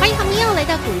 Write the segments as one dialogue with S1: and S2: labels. S1: 欢迎好朋友来到股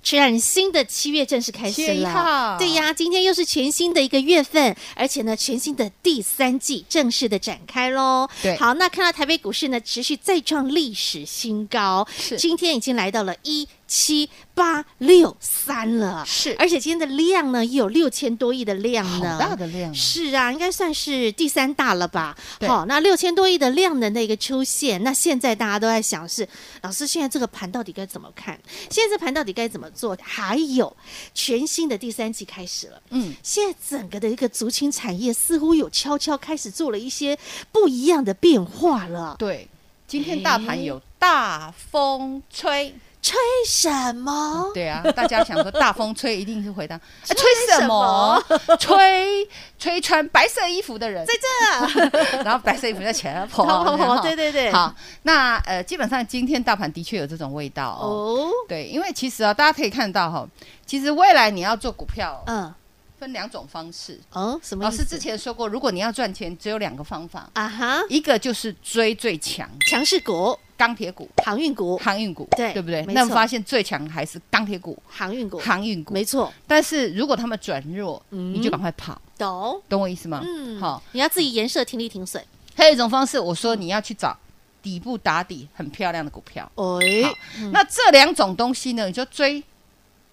S1: 虽然新的七月正式开
S2: 7
S1: 始
S2: 月一
S1: 了
S2: 号，
S1: 对呀，今天又是全新的一个月份，而且呢，全新的第三季正式的展开喽。
S2: 对
S1: 好，那看到台北股市呢持续再创历史新高，
S2: 是
S1: 今天已经来到了一七八六三了，
S2: 是
S1: 而且今天的量呢也有六千多亿的量呢，
S2: 好大的量啊
S1: 是啊，应该算是第三大了吧？
S2: 对
S1: 好，那六千多亿的量能的一个出现，那现在大家都在想是，老师现在这个盘到底该怎么看？现在这盘到底该怎么做？还有全新的第三季开始了，
S2: 嗯，
S1: 现在整个的一个族群产业似乎有悄悄开始做了一些不一样的变化了。
S2: 对，今天大盘有大风吹，
S1: 吹什么？
S2: 对 啊，大家想说大风吹一定是回答，啊、吹
S1: 什
S2: 什么？ 吹吹穿白色衣服的人在这， 然后白色衣服在 前
S1: 跑
S2: 头，
S1: 跑跑
S2: 然后
S1: 对对对
S2: 好，那呃，基本上今天大盘的确有这种味道哦
S1: 哦，
S2: 对，因为其实啊、大家可以看到哈、其实未来你要做股票、
S1: 嗯，
S2: 分两种方式。
S1: 哦，什么意
S2: 老
S1: 思？
S2: 师之前说过，如果你要赚钱，只有两个方法，
S1: 啊哈，
S2: 一个就是追最强
S1: 强势股、
S2: 钢铁股、
S1: 航运股、
S2: 航运股，
S1: 对
S2: 对不对？
S1: 没
S2: 那我
S1: 错
S2: 们发现最强还是钢铁股、
S1: 航运股，
S2: 航运股。
S1: 没错，
S2: 但是如果他们转弱，
S1: 嗯
S2: 你就赶快跑，
S1: 懂。
S2: 懂我意思吗？
S1: 嗯，
S2: 好。
S1: 你要自己颜色停利停损。
S2: 还有一种方式，我说你要去找底部打底很漂亮的股票。
S1: 哎
S2: 好，那这两种东西呢，你就追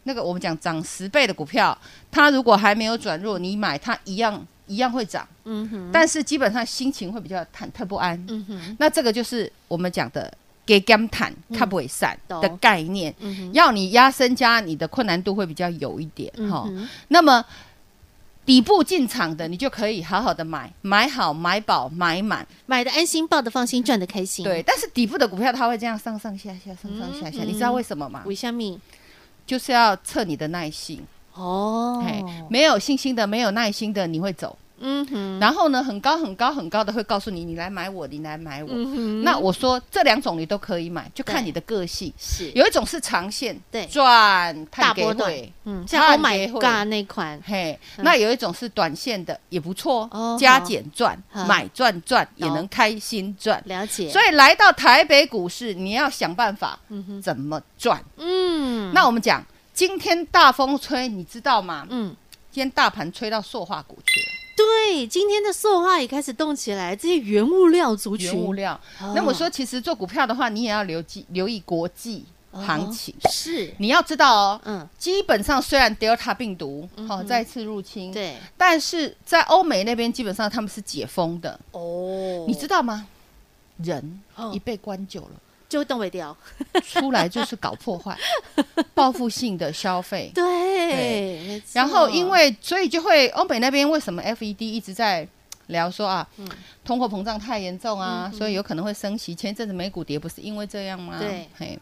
S2: 那个我们讲涨十倍的股票，它如果还没有转弱，你买它一样一样会涨，
S1: 嗯哼，
S2: 但是基本上心情会比较忐忑不安。
S1: 嗯哼，
S2: 那这个就是我们讲的给甘坦看不会散
S1: 嗯懂
S2: 的概念，
S1: 嗯哼，
S2: 要你压身家，你的困难度会比较有一点
S1: 嗯
S2: 哈、
S1: 哼，
S2: 那么底部进场的，你就可以好好的买，买好买饱买满。
S1: 买的安心，抱的放心，赚的开心。
S2: 对，，但是底部的股票它会这样上上下下上上下下，
S1: 嗯
S2: 你知道为什么吗？
S1: 为什么？
S2: 就是要测你的耐心。
S1: 哦
S2: 哎、，没有信心的，没有耐心的，你会走。
S1: 嗯哼，
S2: 然后呢，很高很高很高的会告诉你，你来买我，你来买我。
S1: 嗯哼，
S2: 那我说这两种你都可以买，就看
S1: 对
S2: 你的个性。
S1: 是
S2: 有一种是长线，
S1: 对
S2: 赚
S1: 大
S2: 探给
S1: 波段
S2: 会，，
S1: 嗯，像 Oh
S2: 探
S1: my
S2: 给会
S1: God 那款，
S2: 嘿，
S1: 嗯
S2: 那有一种是短线的，也不错
S1: 哦，
S2: 加
S1: 好
S2: 减赚，
S1: 好
S2: 买赚赚，也
S1: 懂
S2: 能开心赚。
S1: 了解。
S2: 所
S1: 以，
S2: 以来到台北股市，你要想办法
S1: 嗯哼，
S2: 怎么赚。
S1: 嗯，
S2: 那我们讲，今天大风吹，你知道吗？
S1: 嗯，
S2: 今天大盘吹到塑化股去了。
S1: 对，今天的塑化也开始动起来，这些原物料族群，
S2: 原物料。
S1: 哦
S2: 那我说，其实做股票的话，你也要留意留意国际
S1: 哦
S2: 行情。
S1: 是，
S2: 你要知道哦，
S1: 嗯，
S2: 基本上虽然 Delta 病毒
S1: 嗯
S2: 哦
S1: 哼
S2: 再次入侵，，
S1: 对，
S2: 但是在欧美那边基本上他们是解封的，
S1: 哦
S2: 你知道吗？人
S1: 哦
S2: 一被关久了，
S1: 就会动不掉，
S2: 出来就是搞破 坏，报复性的消费。
S1: 对，没错
S2: 然后因
S1: 啊
S2: 为所以就会欧美那边为什么 FED 一直在聊说啊，
S1: 嗯
S2: 通货膨胀太严重啊，所以有可能会升息。前一阵子美股跌不是因为这样吗？
S1: 对
S2: 嘿，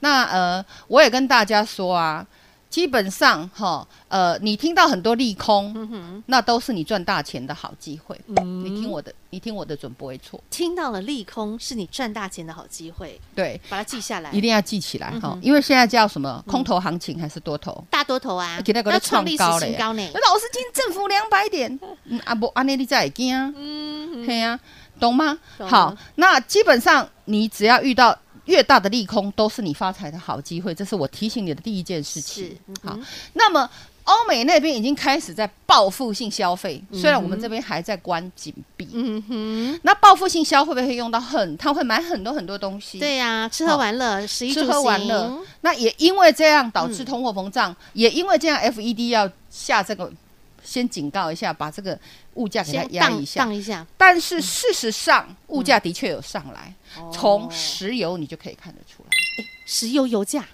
S2: 那呃，我也跟大家说啊。基本上哈，呃，你听到很多利空，
S1: 嗯
S2: 那都是你赚大钱的好机会。你听我的，你听我的准不会错。
S1: 听到了利空是你赚大钱的好机会，
S2: 对，
S1: 把它记下来
S2: 一。定要记起来哈
S1: 哎嗯、哼嗯
S2: 因为现在叫什么空头行情还是多头？
S1: 大多头啊，
S2: 今天还在
S1: 要创历史
S2: 创高嘞
S1: 新高呢。
S2: 老师今振幅两百点，嗯，啊不，安尼你才会惊，嗯，嘿啊，懂吗？
S1: 懂
S2: 好，那基本上你只要遇到越大的利空，都是你发财的好机会，这是我提醒你的第一件事情
S1: 是。嗯
S2: 好，那么。欧美那边已经开始在报复性消费，虽然我们这边还在关紧闭。
S1: 嗯哼，
S2: 那报复性消费会用到很，他会买很多很多东西。
S1: 对呀、吃喝玩乐，十一
S2: 吃
S1: 住
S2: 喝玩
S1: 行
S2: 乐，那也因为这样导致通货膨
S1: 嗯
S2: 胀，也因为这样 FED 要下这个先警告一下，把这个物价给它
S1: 先
S2: 压
S1: 荡
S2: 一下。
S1: 荡一嗯下，
S2: 但是事实上，物价的确有上来，从
S1: 哦
S2: 石油你就可以看得出来，
S1: 石油油价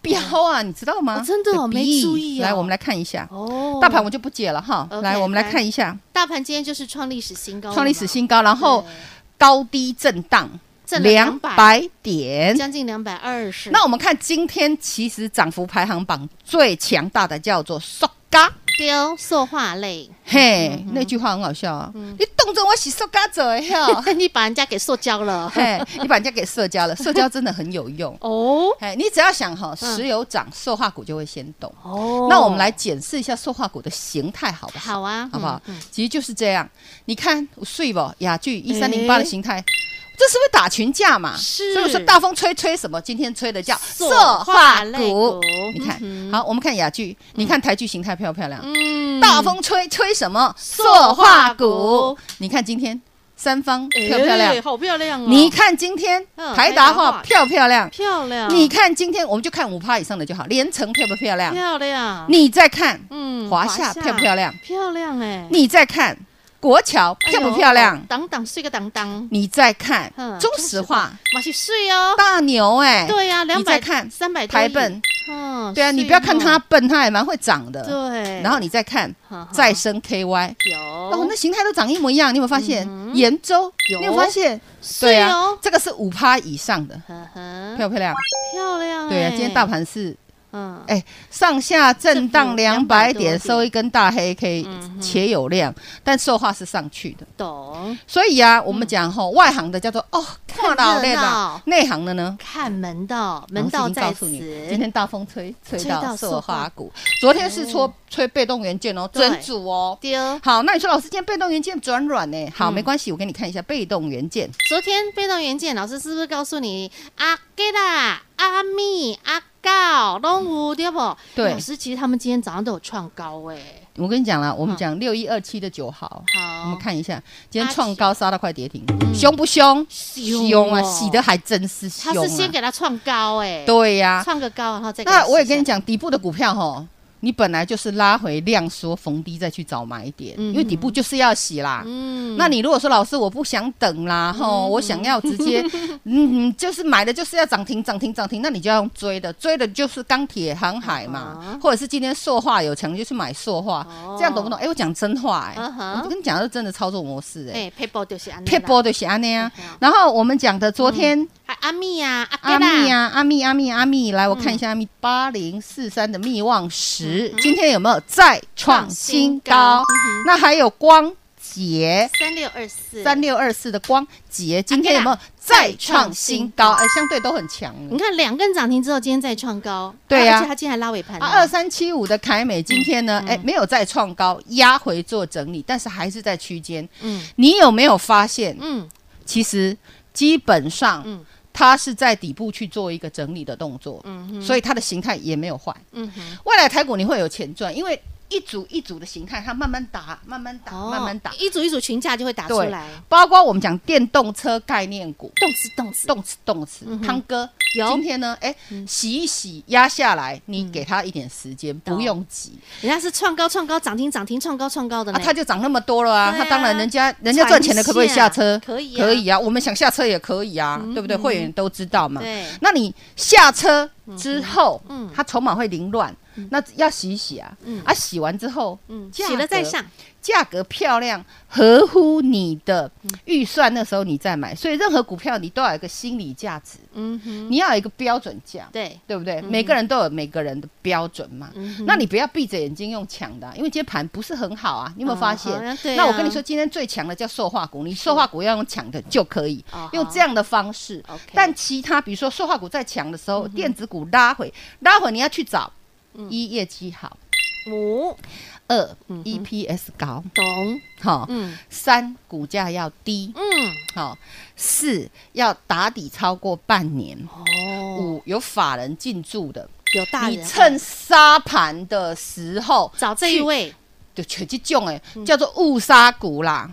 S2: 标啊，你知道吗？
S1: 哦真的哦
S2: 比
S1: 没
S2: 翼
S1: 注意哦
S2: 来，我们来看一下
S1: 哦，
S2: 大盘，我就不解了哈。
S1: OK，
S2: 来，我们来
S1: 来
S2: 看一下
S1: 大盘今天就是创历史新高了嘛，
S2: 创历史新高，然
S1: 对，
S2: 后高低震荡
S1: 挣了
S2: 两
S1: 200
S2: 百点。
S1: 将近两百二十，
S2: 那我们看今天其实涨幅排行榜最强大的叫做塑嘎，
S1: 丢塑化类，
S2: 嘿，那句话很好笑啊，你动着我洗塑嘎 走哟，
S1: 你把人家给塑胶了，。
S2: 嘿，你把人家给社交了，社交真的很有用
S1: 哦
S2: 哎，你只要想哈，石油涨，塑化股就会先动。
S1: 哦
S2: 那我们来检视一下塑化股的形态，好不好？
S1: 好啊，
S2: 好不好
S1: 嗯？嗯
S2: 其实就是这样。你看，睡不雅居一三零八的形态，这是不是打群架嘛？
S1: 是
S2: 所以我说大风吹吹什么？今天吹的叫
S1: 塑
S2: 塑
S1: 化
S2: 化
S1: 类
S2: 股
S1: 股。
S2: 你看
S1: 嗯哼，
S2: 好，我们看雅居，你看台剧形态漂不漂亮？
S1: 嗯
S2: 大风吹吹什么？
S1: 塑
S2: 塑
S1: 化
S2: 化
S1: 股
S2: 股。你看今天三方漂不漂
S1: 哎
S2: 亮？
S1: 好漂亮哦，
S2: 你看今天
S1: 嗯
S2: 台
S1: 台达
S2: 达
S1: 化嗯
S2: 化漂不漂亮？
S1: 漂亮，
S2: 你看今天我们就看五趴以上的就好，连城漂不漂亮？
S1: 漂亮，
S2: 你再看
S1: 嗯
S2: 华夏漂不漂亮？
S1: 漂亮哎，
S2: 你再看国桥
S1: 哎
S2: 漂
S1: 呦
S2: 不漂亮？
S1: 当当睡个当当，
S2: 你再看
S1: 嗯
S2: 中石化
S1: 马戏睡哦，
S2: 大牛哎、
S1: 对呀，两
S2: 你再
S1: 百
S2: 看
S1: 三百
S2: 台笨，，
S1: 嗯，
S2: 对啊，
S1: 水
S2: 你不要看
S1: 哦
S2: 它笨，它还蛮会涨的。
S1: 对，啊
S2: 然后你再看
S1: 哈哈
S2: 再生 KY，
S1: 有
S2: 哦，那形态都长一模一样，你有没有发现？延州，
S1: 有
S2: 你有没有发现？
S1: 睡
S2: 对啊
S1: 哦，，
S2: 这个是五趴以上的，
S1: 呵呵
S2: 漂不漂亮？
S1: 漂亮，欸
S2: 对啊，今天大，盘是
S1: 嗯，
S2: 哎，上下震荡
S1: 振
S2: 两
S1: 幅200
S2: 百
S1: 多
S2: 点，
S1: 点
S2: 收一根大黑 K，
S1: 嗯哼
S2: 且有量，但受化是上去的。
S1: 懂，
S2: 所以啊，我们讲吼，外行的叫做哦，看到
S1: 嗯热
S2: 热
S1: 闹
S2: 闹，内行的呢，
S1: 看门道，门
S2: 老师已
S1: 道
S2: 经
S1: 在
S2: 告诉
S1: 此，
S2: 你今天大风吹吹
S1: 吹到
S2: 到
S1: 塑
S2: 塑
S1: 化哎
S2: 化股，昨天是说吹被动元件哦，
S1: 对
S2: 整组哦。
S1: 丢，
S2: 好，那你说老师今天被动元件转软呢？好，
S1: 嗯
S2: 没关系，我给你看一下被动元件。
S1: 昨天被动元件老师是不是告诉你阿给啦、阿密、阿告、龙五对不？
S2: 对
S1: 老师其实他们今天早上都有创高哎，
S2: 我跟你讲啦，我们讲六一二七的九
S1: 哦
S2: 号，我
S1: 好
S2: 们，看一下，今
S1: 阿
S2: 天创
S1: 喜
S2: 高杀到快跌停，凶不凶？
S1: 嗯凶
S2: 啊，
S1: 哦
S2: 洗的还真是
S1: 他
S2: 凶
S1: 是先
S2: 啊。
S1: 给他创高哎，
S2: 对呀，
S1: 创个高然后再给它
S2: 那我也跟你
S1: 试下，
S2: 讲，底部的股票吼，你本来就是拉回量缩逢低再去找买点，
S1: 嗯
S2: 因为底部就是要洗啦。
S1: 嗯
S2: 那你如果说老师我不想等啦，吼，我想要直 接，嗯，就是买的就是要涨停涨停涨停，那你就要用追的，追的就是钢铁、航海
S1: 啊哈
S2: 嘛，或者是今天塑化有强就去买塑化
S1: 哦，
S2: 这样懂不懂？哎，我讲真话哎
S1: 嗯哼，
S2: 我跟你讲，是真的操作模式哎，
S1: 哎 p a p e 就是安
S2: 贴波的是安那样
S1: 嗯哼。
S2: 然后我们讲的昨天
S1: 还阿密呀、啊，
S2: 阿
S1: 阿
S2: 密
S1: 密呀、
S2: 啊，阿密阿密阿密，来我
S1: 嗯
S2: 看一下阿密八零四三的密望石，今天有没有再创
S1: 创新
S2: 新
S1: 高
S2: 高？那还有光捷
S1: 三六二四
S2: 三，六二四的光
S1: 啊
S2: 捷，今天有没有再创新
S1: 再创新高
S2: 高？哎，相对都很强
S1: 你看两根涨停之后，今天再创高，啊
S2: 对呀
S1: 而且它今天还拉尾盘呢
S2: 啊，二三七五的凯美今天呢，
S1: 嗯
S2: 哎，没有再创高，压回做整理，但是还是在区间。
S1: 嗯
S2: 你有没有发现，
S1: 嗯，
S2: 其实基本上
S1: 嗯，
S2: 它是在底部去做一个整理的动作，所以它的形态也没有坏。
S1: 嗯哼，
S2: 未来台股你会有钱赚，因为一组一组的形态，它慢慢打，慢慢打，
S1: 哦
S2: 慢慢打。
S1: 一组一组群架就会打出
S2: 对
S1: 来，
S2: 包括我们讲电动车概念股，
S1: 动词动词，
S2: 动词动词
S1: 嗯，哼
S2: 汤哥，
S1: 有嗯
S2: 今天呢，哎，洗一洗，压下来，你给它一点时间，
S1: 懂
S2: 不用急
S1: 人家是创高创高涨停涨停创高创高的
S2: 啊，
S1: 呢，
S2: 它就涨那么多了啊，
S1: 对啊
S2: 它当然人家人家赚钱的可不可以下车？
S1: 可以啊
S2: 可以啊，我们想下车也可以啊
S1: 嗯，
S2: 对不对？
S1: 嗯
S2: 会员都知道嘛。
S1: 对，
S2: 那你下车之后
S1: 嗯，
S2: 它筹码会凌乱，那要洗一洗啊
S1: 嗯，
S2: 啊，洗完之后，
S1: 嗯，
S2: 价
S1: 洗了再
S2: 格
S1: 上，
S2: 价格漂亮，合乎你的预算，那时候你再买。所以任何股票你都要有一个心理价值，
S1: 嗯哼，
S2: 你要有一个标准价，
S1: 对，
S2: 对不对？每个人都有每个人的标准嘛。
S1: 嗯哼
S2: 那你不要闭着眼睛用抢的啊、因为今天盘不是很好啊，你有没有发现？
S1: 嗯好像对啊嗯
S2: 那我跟你说，今天最强的叫塑化股，你塑化股要用抢的就可以
S1: 哦，
S2: 用这样的方式
S1: OK。嗯
S2: 但其他比如说塑化股在强的时候，电子股拉回，拉回你要去找一业绩好，
S1: 五
S2: 二
S1: 嗯嗯哼
S2: EPS 高，
S1: 懂，
S2: 好、
S1: 嗯
S2: 三股价要低，
S1: 嗯，
S2: 好、四要打底超过半年，
S1: 哦，
S2: 五有法人进驻的，
S1: 有大
S2: 你
S1: 人，哦
S2: 趁杀盘的时候
S1: 找这一
S2: 去
S1: 位，嗯
S2: 就全这种诶，叫做误杀股啦，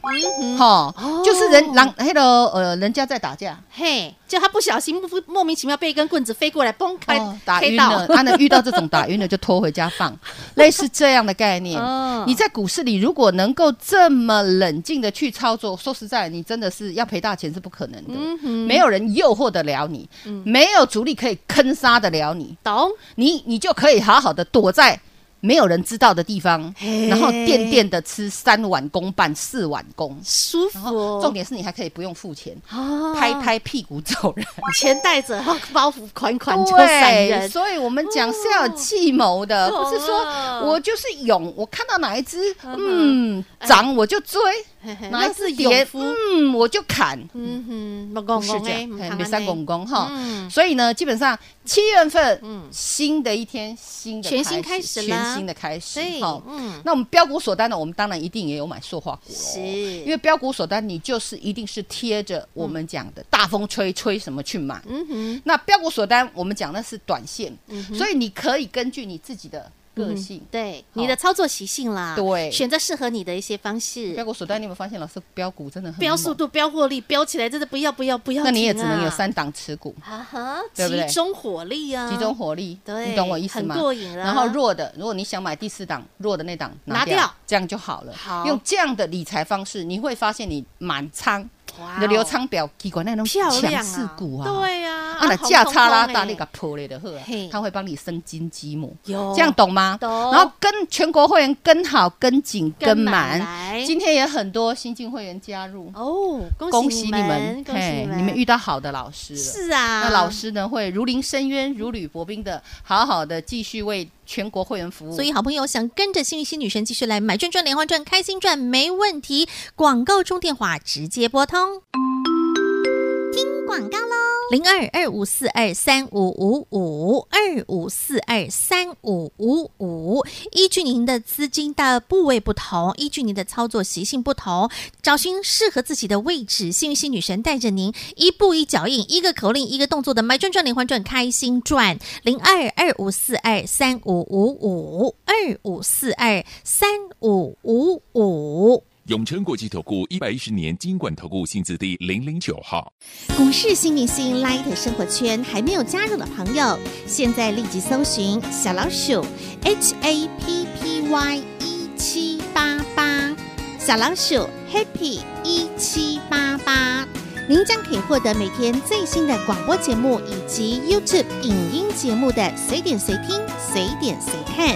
S2: 吼，就是人
S1: 哦
S2: 人那个呃，人家在打架，
S1: 嘿，就他不小心莫莫名其妙被一根棍子飞过来，崩开
S2: 哦，打
S1: 黑
S2: 晕
S1: 道
S2: 了，他呢遇到这种打晕了就拖回家放，类似这样的概念
S1: 哦。
S2: 你在股市里如果能够这么冷静的去操作，说实在，你真的是要赔大钱是不可能
S1: 嗯
S2: 的，没有人诱惑得了你，没有主力可以坑杀得了你，
S1: 懂？
S2: 你你就可以好好的躲在。没有人知道的地方
S1: 嘿，
S2: 然后垫垫的吃三碗公半四碗公，
S1: 舒
S2: 然后
S1: 服，
S2: 重点是你还可以不用付钱，
S1: 啊
S2: 拍 拍屁股走人。
S1: 钱带着，然后包袱款款就闪
S2: 对，
S1: 人，哦
S2: 所以我们讲是要有计谋的，
S1: 懂
S2: 不是说
S1: 了
S2: 我就是勇，我看到哪一只
S1: 哼
S2: 嗯涨我就追，
S1: 嘿嘿
S2: 哪
S1: 那
S2: 一只
S1: 是
S2: 跌
S1: 勇夫，
S2: 嗯我就砍，
S1: 嗯哼，不
S2: 不
S1: 公
S2: 是
S1: 公
S2: 这
S1: 哎，
S2: 样，
S1: 唔
S2: 哎
S1: 通
S2: 没
S1: 安
S2: 三
S1: 尼
S2: 公公哈
S1: 嗯。
S2: 所以呢，基本上七月份
S1: 嗯
S2: 新的一天，新的
S1: 全新开始啦
S2: 全新的开始
S1: 对，
S2: 好。
S1: 嗯，
S2: 那我们标股锁单呢？我们当然一定也有买塑化股
S1: 是
S2: 喽，因为标股锁单你就是一定是贴着我们讲的大风吹吹什么去买，
S1: 嗯哼，嗯
S2: 那标股锁单，我们讲那是短线，所以你可以根据你自己的个性。
S1: 对，你的操作习性啦，
S2: 对
S1: 选择适合你的一些方式
S2: 标，股锁单，你有没有发现老师标股真的很
S1: 标速
S2: 猛？
S1: 度、标获利，标起来真的不要不要不要、啊
S2: 那你也只能有，三档持股，
S1: 哈哈，
S2: 对不
S1: 集
S2: 对
S1: 中火力啊，
S2: 集中火力，
S1: 对
S2: 你懂我意思吗？
S1: 很过瘾啊
S2: 然后弱的，如果你想买第四档弱的那档
S1: 拿
S2: 拿
S1: 掉
S2: 掉，这样就好了。
S1: 好
S2: 用这样的理财方式，你会发现你满仓，
S1: 哇哦
S2: 你的流仓表，奇管那种
S1: 漂亮
S2: 强势股啊，
S1: 对呀，
S2: 啊，那价差拉
S1: 红彤彤
S2: 大，
S1: 欸
S2: 那个破裂的呵
S1: 嘿，
S2: 它会帮你生金鸡母，
S1: 欸有
S2: 这样懂吗？
S1: 懂
S2: 然后跟全国会员跟好、跟紧、
S1: 跟
S2: 跟
S1: 满
S2: 满
S1: 来。
S2: 今天也很多新进会员加入，
S1: 哦，
S2: 恭
S1: 恭
S2: 喜
S1: 喜
S2: 你
S1: 们，
S2: 们，
S1: 恭喜
S2: 嘿
S1: 你们，
S2: 你们遇到好的老师了。
S1: 是啊，
S2: 那老，师呢，会如临深渊、如履薄冰的，好好的继续为全国会员服务。
S3: 所以，好朋友想跟着幸运星女神继续来买赚赚、连环赚、开心赚，没问题。广告中电话直接拨通，听广告喽，零二二五四二三五五五二五四二三五五五。依据您的资金的部位不同，依据您的操作习性不同，找寻适合自己的位置。幸运星女神带着您一步一脚印，一个口令一个动作的买转转连环转，开心转零二二五四二三五五五二五四二三五五五。
S4: 永诚国际投顾一百一十年金管投顾性质第零零九号。
S3: 股市新明星 Light 生活圈还没有加入的朋友，现在立即搜寻小老鼠 HAPPY 一七八八，小老鼠 Happy 一七八八，您将可以获得每天最新的广播节目以及 YouTube 影音节目的随点随听、随点随看。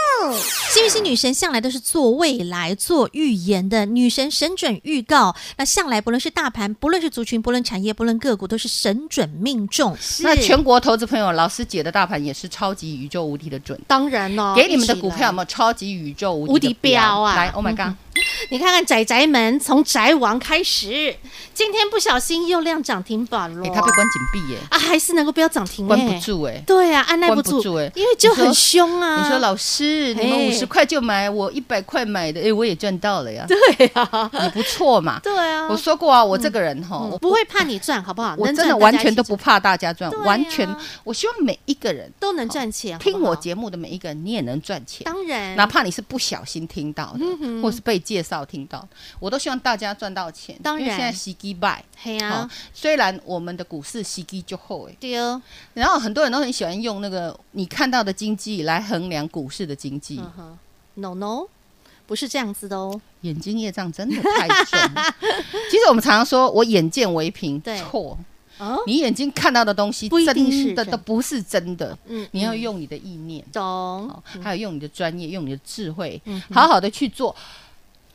S3: 幸运星女神向来都是做未来、做预言的，女神神准预告。那向来不论是大盘，不论是族群，不论产业，不论个股，都是神准命中。
S2: 那全国投资朋友，老师姐的大盘也是超级宇宙无敌的准，
S1: 当然哦，
S2: 给你们的
S1: 一起
S2: 股
S1: 来
S2: 票有没有超级宇宙
S1: 无
S2: 无
S1: 敌
S2: 敌
S1: 标啊
S2: 来，Oh my god！
S1: 你看看宅宅们从宅王开始，今天不小心又亮涨停板了，
S2: 哎，它被关紧闭耶，
S1: 啊，还是能够不要涨停、欸，
S2: 关不，住哎。
S1: 对啊，按耐不
S2: 关
S1: 住，
S2: 不住欸
S1: 因为就
S2: 你说
S1: 很凶啊。
S2: 你说老师，你们
S1: 嘿
S2: 五十块就买，我一百块买的，哎，我也赚到了呀。对呀，你不错嘛。
S1: 啊对啊，
S2: 我说过啊，我这个人哈，
S1: 嗯
S2: 我
S1: 不会怕你赚，好不好？
S2: 我
S1: 能
S2: 真
S1: 赚
S2: 的
S1: 大家
S2: 完全
S1: 一起
S2: 都不
S1: 赚
S2: 怕大家赚
S1: 对，
S2: 完
S1: 呀
S2: 全。我希望每一个人
S1: 都能赚钱，好不好
S2: 听我，节目的每一个人，你也能赚钱。
S1: 当然嗯
S2: 哪怕你是不小心听到的，或是被介绍听到的，我都希望大家赚到钱。
S1: 当然
S2: 因为现在洗机拜，
S1: 嘿啊
S2: 好
S1: 呀，，
S2: 虽然我们的股市洗机就后哎，
S1: 对哦，
S2: 然后很多人都很喜欢用那个你看到的经济来衡量股市的经济，
S1: 嗯哼，no no，不是这样子的哦，
S2: 眼睛业障真的太重 了。其实我们常常说我眼见为凭
S1: 对，
S2: 错，
S1: 哦，
S2: 你眼睛看到的东西
S1: 不一定是
S2: 真的
S1: 真
S2: 都不是真的，
S1: 嗯
S2: 你要
S1: 嗯
S2: 用你的意念。
S1: 懂，
S2: 哦，还有用你的专业，用你的智慧，
S1: 嗯
S2: 好好的去做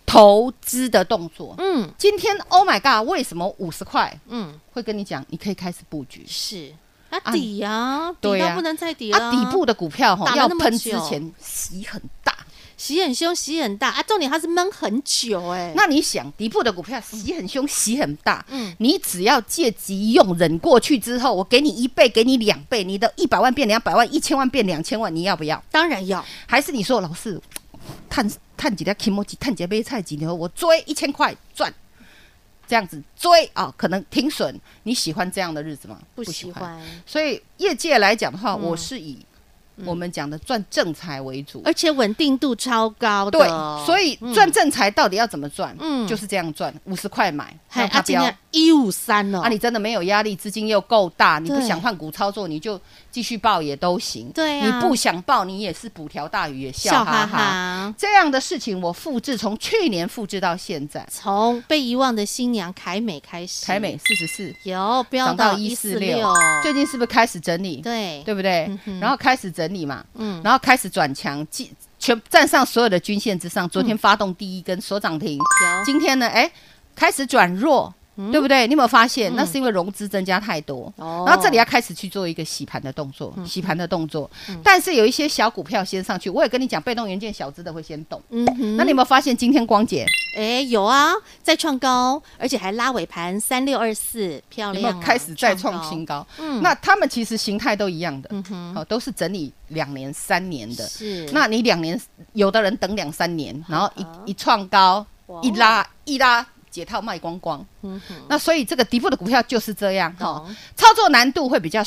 S2: 投资的动作。
S1: 嗯
S2: 今天 Oh my God，为什么五十块
S1: 嗯，
S2: 会跟你讲，你可以开始布局？
S1: 是啊，
S2: 啊
S1: 底呀，底
S2: 对
S1: 到
S2: 呀啊
S1: 不能再底了，
S2: 啊，底部的股票哈、
S1: 打了
S2: 要
S1: 那么
S2: 喷
S1: 久
S2: 之前洗很大，
S1: 洗很凶，洗很大啊，重点它是闷很久哎、
S2: 那你想，底部的股票洗很凶，洗很大，
S1: 嗯
S2: 你只要借机用忍过去之后，我给你一倍，给你两倍，你的一百万变两百万，一千万变两千万，你要不要？
S1: 当然要，
S2: 还是你说老师，探探几条 k i m o 探几杯菜几牛，我追一千块赚，这样子追啊、可能停损，你喜欢这样的日子吗？
S1: 不喜欢。嗯
S2: 所以业界来讲的话，我是以我们讲的赚正财为主。
S1: 而且稳定度超高的
S2: 对
S1: 哦，，
S2: 所以赚正财到底要怎么赚？
S1: 嗯
S2: 嗯，就是这样赚，五十块买，
S1: 嗨啊，
S2: 让它
S1: 今
S2: 飙。
S1: 天一五三哦了，
S2: 啊，你真的没有压力，资金又够大，你不
S1: 对
S2: 想换股操作，你就继续报也都行。
S1: 对啊
S2: 你不想报，你也是捕条大鱼也笑
S1: 笑
S2: 哈
S1: 哈
S2: 哈。
S1: 哈。
S2: 这样的事情，我复制从去年复制到现在，
S1: 从被遗忘的新娘凯美开始，
S2: 台美四十四
S1: 有飙
S2: 涨到
S1: 到
S2: 一
S1: 一
S2: 四
S1: 四
S2: 六
S1: 六，，
S2: 最近是不是开始整理？
S1: 对
S2: 对不对
S1: 嗯？哼
S2: 然后开始整理嘛，
S1: 嗯
S2: 然后开始转强，继全站上所有的均线之上。昨天发动第一根所涨停，
S1: 嗯有嗯
S2: 今天呢，哎，开始转弱。对不对？你有没有发现？那是因为融资增加太多，
S1: 哦嗯
S2: 然后这里要开始去做一个洗盘的动作，洗盘的动作。但是有一些小股票先上去，我也跟你讲，被动元件小资的会先动。
S1: 嗯哼，
S2: 那你有没有发现今天光姐
S1: 哎有啊，再创高，而且还拉尾盘三六二四，漂
S2: 有
S1: 亮
S2: 没
S1: 啊，
S2: 有开始再创新
S1: 高，
S2: 高？
S1: 嗯
S2: 那他们其实形态都一样的，
S1: 嗯哼
S2: 好，都是整理两年、三年的。
S1: 是
S2: 那你两年，有的人等两三年，然后
S1: 好
S2: 一一创高
S1: 哇，哦
S2: 一拉一拉解套卖光光。
S1: 嗯哼
S2: 那所以这个底部的股票就是这样哈、哦
S1: 懂，嗯
S2: 操作难度会比较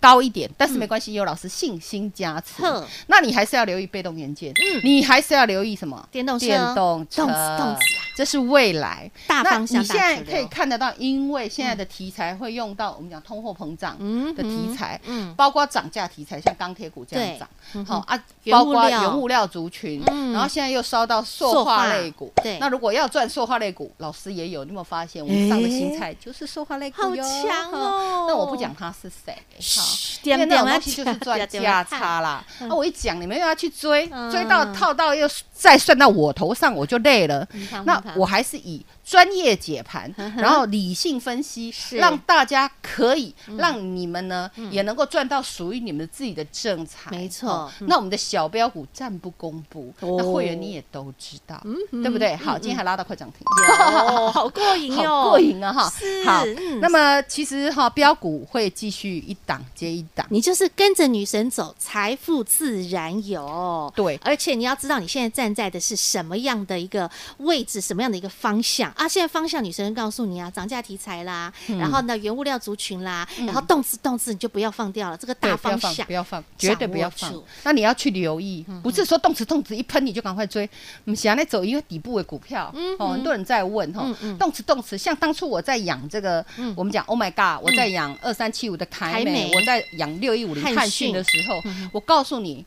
S2: 高一点，但是没关系，有老师信心加持。
S1: 哼
S2: 那你还是要留意被动元件，
S1: 嗯
S2: 你还是要留意什么？
S1: 电动车啊
S2: 电动车，
S1: 动死动死啊
S2: 这是未来
S1: 大方
S2: 那
S1: 向
S2: 你现
S1: 大
S2: 在
S1: 主
S2: 可以
S1: 流，
S2: 看得到，因为现在的题材会用到我们讲通货膨胀
S1: 嗯
S2: 的题材，
S1: 嗯
S2: 包括涨价题材，像钢铁股这样
S1: 对
S2: 涨，
S1: 嗯
S2: 好、
S1: 哼
S2: 啊，
S1: 原
S2: 包
S1: 物料
S2: 括原物料族群，
S1: 嗯
S2: 然后现在又烧到塑
S1: 塑
S2: 化
S1: 化
S2: 类股，
S1: 对
S2: 那如果要赚塑化类股，老师也有，你有没有发现我们上的新菜就是塑化类股
S1: 好
S2: 哟
S1: 强
S2: 哈
S1: 哦
S2: 那我不讲它是谁，哈。
S1: 嘘
S2: 因为
S1: 点
S2: 那
S1: 点
S2: 种
S1: 啊
S2: 东西 就是赚
S1: 点点
S2: 价
S1: 啊
S2: 差啦。啊，我一讲你们又要去追，
S1: 嗯
S2: 追到套到又再算到我头上，我就累了
S1: 嗯哼。
S2: 那
S1: 嗯哼
S2: 我还是以专业解盘
S1: 嗯，哼
S2: 然后理性分析，让大家可以
S1: 嗯
S2: 让你们呢也能够赚到属于你们自己的正财。
S1: 没错
S2: 哦
S1: 嗯
S2: 那我们的小标股暂不公布，
S1: 哦嗯
S2: 那会员你也都知道，对不对？好，今天还拉到快涨停。
S1: 有哦嗯好过瘾哟，
S2: 好过瘾啊哈！
S1: 是
S2: 好
S1: 嗯，
S2: 那么其实哈，标股会继续一档接一档。
S1: 你就是跟着女神走，财富自然有。
S2: 对
S1: 而且你要知道你现在站在的是什么样的一个位置，什么样的一个方向啊？现在方向女神告诉你啊，涨价题材啦，然后呢原物料族群啦，然后动次动次你就嗯不要放掉了，这个
S2: 对
S1: 大
S2: 不要
S1: 方
S2: 放，
S1: 向
S2: 不。要放，绝对
S1: 掌
S2: 不要
S1: 握
S2: 放
S1: 住。嗯
S2: 那你要去留意，不是说动词动词一喷你就赶快追，我们想那走，因为底部的股票，
S1: 嗯
S2: 哦，很多人在问哈，动词动词，像当初我在养这个，我们讲 Oh my God，我在养二三七五的
S1: 嗯凯
S2: 凯
S1: 美
S2: 美，我在养六一五零
S1: 汉
S2: 汉
S1: 讯嗯
S2: 讯的时候，我告诉你。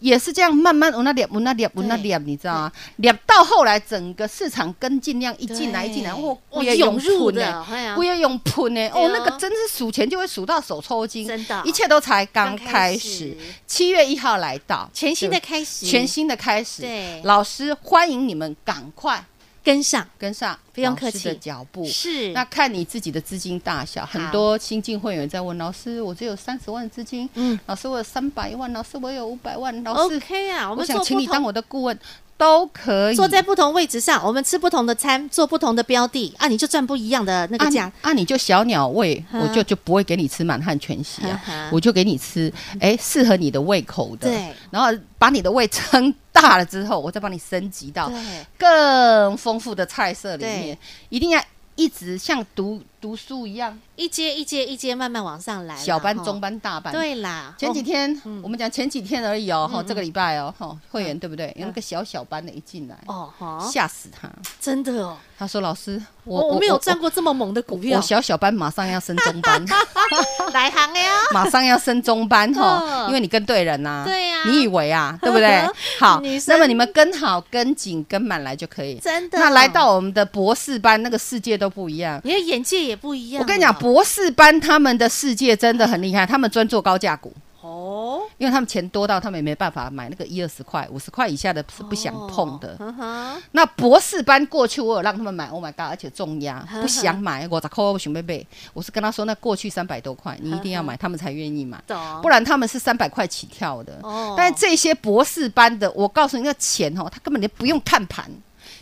S2: 也是这样慢慢我那点我那点我那点，你知道吗？点到后来，整个市场跟进量一进来一进来，
S1: 对
S2: 我
S1: 哇
S2: 我也
S1: 涌入
S2: 喷
S1: 的
S2: 欸
S1: 哎呀
S2: 我也用喷
S1: 对
S2: 呢。哦
S1: 啊，
S2: 那个真是数钱就会数到手抽筋，
S1: 真的
S2: 一切都才刚
S1: 刚
S2: 开
S1: 开
S2: 始
S1: 始。
S2: 七月一号来到，
S1: 全新的
S2: 对
S1: 开始，
S2: 全新的开始。
S1: 对
S2: 老师欢迎你们赶快
S1: 跟上
S2: 跟上，
S1: 不用客气
S2: 的脚步。
S1: 是
S2: 那看你自己的资金大小，很多新进会员在问老师，我只有三十万资金，
S1: 嗯
S2: 嗯，老师我有三百万，老师我有五百万，老师
S1: OK 啊，我
S2: 我
S1: 们
S2: 想
S1: 做
S2: 请
S1: 不
S2: 你当
S1: 同
S2: 我的顾问都可以。
S1: 坐在不同位置上，我们吃不同的餐，做不同的标的啊，你就赚不一样的那个
S2: 啊你
S1: 价。
S2: 啊，你就小鸟胃，
S1: 哈
S2: 我就就不会给你吃满汉全席
S1: 哈哈嗯
S2: 啊，我就给你吃，哎，适合你的胃口的，
S1: 对，
S2: 然后把你的胃撑大了之后，我再帮你升级到
S1: 对
S2: 更丰富的菜色里
S1: 对
S2: 面，一定要一直像读读书一样，
S1: 一阶一阶一阶慢慢往上来啦，
S2: 小班、
S1: 吼
S2: 中班、大班，
S1: 对啦，
S2: 前几
S1: 哦嗯
S2: 天、我们讲前几天而已哦，哈、这个礼拜哦，哈，会员对不对？有那个小小班的一进来，
S1: 哦哈，
S2: 吓死他！
S1: 真的哦，
S2: 他说：“老师，我
S1: 我我没有赚过这啊么猛的股
S2: 我
S1: 票，
S2: 小小班马上要升中班，
S1: 来行了 呀，
S2: 马上要升中班哈，
S1: 嗯
S2: 因为你跟对人呐、
S1: 对呀
S2: 你以为 啊，对不对？好
S1: 女，生
S2: 那么你们跟好、跟紧、跟满来就可以。
S1: 真的。
S2: 那来，到我们的博士班，那个世界都不一样。
S1: 你的眼界也不一样了。啊
S2: 我跟你讲，博士班他们的世界真的很厉害，他们专做高价股。
S1: 哦，
S2: 因为他们钱多到他们也没办法买那个一二十块、五十块以下的是不想碰的。
S3: 嗯哼，
S2: 那博士班过去，我有让他们买，Oh my god，而且重压，不想买，我咋扣我熊妹妹？我是跟他说，那过去三百多块，你一定要买，他们才愿意买，
S3: 懂。
S2: 不然他们是三百块起跳的。
S3: 哦
S2: 但是这些博士班的，我告诉你，那钱哦，他根本就不用看盘，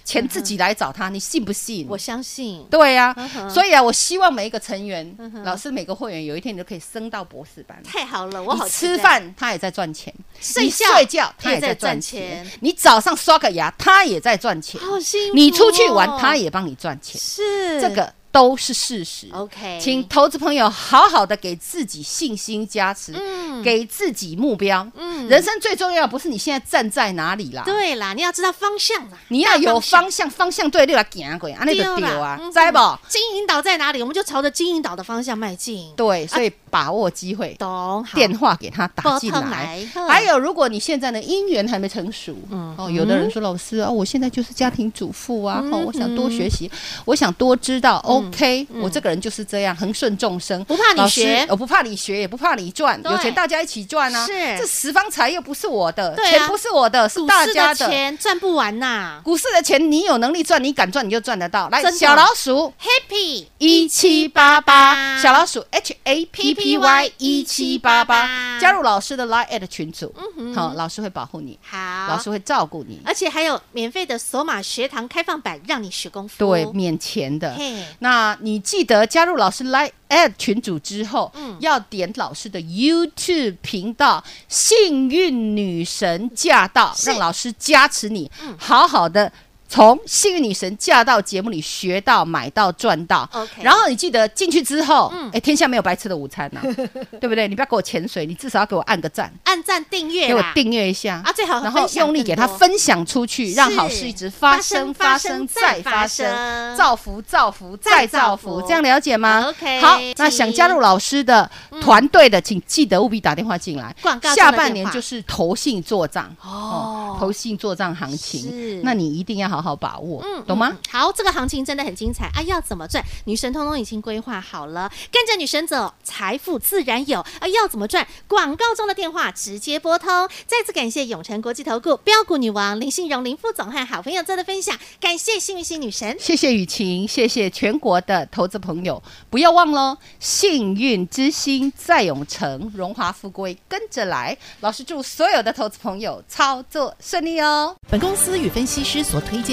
S2: 钱自己来找他，你信不信？
S3: 我相信，
S2: 对呀、
S3: 哼
S2: 所以啊，我希望每一个成员，老师每个会员，有一天你就可以升到博士班。
S3: 太好了，我
S2: 你
S3: 好期待
S2: 吃，饭他也在赚钱，
S3: 睡
S2: 你
S3: 觉
S2: 睡觉
S3: 他
S2: 他
S3: 也
S2: 也
S3: 在
S2: 在
S3: 赚
S2: 赚
S3: 钱
S2: 钱，你早上刷个牙他也在赚钱，
S3: 好幸福哦
S2: 你出去玩他也帮你赚钱，
S3: 是
S2: 这个都是事实。
S3: OK，
S2: 请投资朋友好好的给自己信心加持，
S3: 嗯
S2: 给自己目标。
S3: 嗯
S2: 人生最重要不是你现在站在哪里啦，
S3: 对啦，你要知道方向
S1: 啊
S3: 啦，
S2: 你要有
S3: 大
S2: 方向，啊方向对你来行过，安尼就对
S3: 对
S2: 啊
S3: 啦嗯，
S2: 知道不？
S3: 金银岛在哪里，我们就朝着金银岛的方向迈进。
S2: 对，所以把握机会，
S3: 懂，好
S2: 电话给他打进
S3: 拨通
S2: 来
S3: 来。嗯
S2: 还有，如果你现在的姻缘还没成熟，
S3: 嗯
S2: 哦，有的人说老师哦，我现在就是家庭主妇啊，哦，
S3: 嗯
S2: 我想多学习，我想多知道。OK，
S3: 嗯
S2: 我这个人就是这样，恒顺众生，
S3: 不怕你
S2: 老师哦
S3: 学
S2: 我不怕你学，也不怕你赚，
S3: 对
S2: 有钱大家一起赚啊。
S3: 是
S2: 这十方财又不是我的，
S3: 对啊
S2: 钱不是我的，是
S3: 股
S2: 大
S3: 市
S2: 家
S3: 的
S2: 的。
S3: 钱赚不完呐
S2: 股市的钱，你有能力赚，你敢赚你就赚得到。来，
S3: 真的
S2: 小老鼠
S3: ，Happy
S2: 一七八八，小
S3: 老
S2: 老鼠 H A P P Y 一七八八，嗯加入老师的 Line at 群组，好、老师会保护你，
S3: 好
S2: 老师会照顾你，
S3: 而且还有免费的索马学堂开放版，让你学功夫。
S2: 对，免钱的
S3: 嘿。
S2: 那你记得加入老师 Line at 群组之后，
S3: 嗯
S2: 要点老师的 YouTube 频道“幸运女神驾到”，让老师加持你，
S3: 嗯
S2: 好好的。从幸运女神驾到节目里学到、买到、赚到
S3: OK 嗯
S2: 然后你记得进去之后，哎、天下没有白吃的午餐呐、啊 对不对？你不要给我潜水，你至少要给我按个赞，
S3: 按赞订阅啦，
S2: 给我订阅一下
S3: 啊最好
S2: 然后
S3: 分享
S2: 用力
S3: 更
S2: 给它
S3: 多
S2: 分享出去，
S3: 是
S2: 让好事一直发生、
S3: 发
S2: 发
S3: 生
S2: 生
S3: 发生
S2: 再发
S3: 再发生
S2: 生，造福、造福
S3: 再
S2: 再
S3: 造
S2: 造
S3: 福
S2: 福，这样了解吗
S3: OK，
S2: 好，那
S3: 请
S2: 想加入老师的团队的，请记得务必打电话进来
S3: 嗯广告。中的
S2: 下半年
S3: 电话
S2: 就是投信做账
S3: 哦
S2: 投信做账行
S3: 是嗯
S2: 情，那你一定要好好把握，懂吗？
S3: 好，这个行情真的很精彩啊！要怎么赚？女神通通已经规划好了，跟着女神走，财富自然有啊！要怎么赚？广告中的电话直接拨通。再次感谢永诚国际投顾标股女王林信荣林副总和好朋友做的分享，感谢幸运星女神。
S2: 谢谢雨晴，谢谢全国的投资朋友，不要忘喽！幸运之星在永城，荣华富贵跟着来。老师祝所有的投资朋友操作顺利哦！
S5: 本公司与分析师所推荐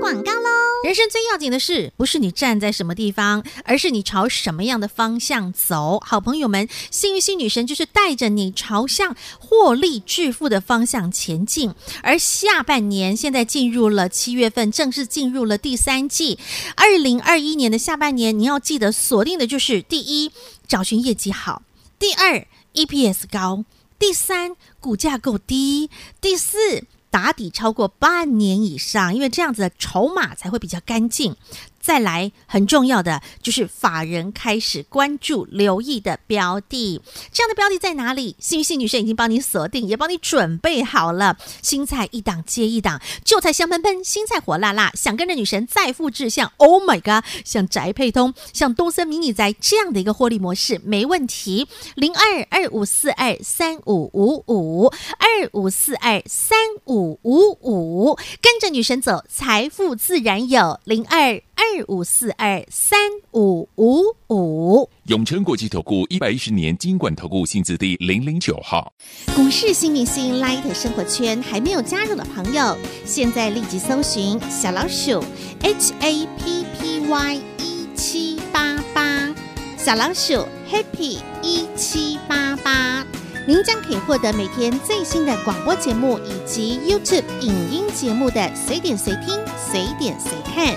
S1: 广告喽。
S3: 人生最要紧的事，不是你站在什么地方，而是你朝什么样的方向走。好朋友们，幸运星女神就是带着你朝向获利致富的方向前进。而下半年现在进入了七月份，正式进入了第三季。二零二一年的下半年，你要记得锁定的就是：第一，找寻业绩好；第二，EPS 高；第三，股价够低；第四。打底超过半年以上，因为这样子的筹码才会比较干净。再来，很重要的就是法人开始关注、留意的标的。这样的标的在哪里？幸运星女神已经帮你锁定，也帮你准备好了。新菜一档接一档，旧菜香喷喷，新菜火辣辣。想跟着女神再复制像 Oh my God，像宅配通、像东森迷你宅这样的一个获利模式，没问题。零二二五四二三五五五二五四二三五五五，跟着女神走，财富自然有。零二二五四二三五五五。
S4: 永诚国际投顾一百一十年金管投顾性质第零零九号。
S1: 股市新明星 Light 生活圈还没有加入的朋友，现在立即搜寻小老鼠 HAPPY 一七八八，小老鼠 Happy 一七八八，您将可以获得每天最新的广播节目以及 YouTube 影音节目的随点随听、随点随看。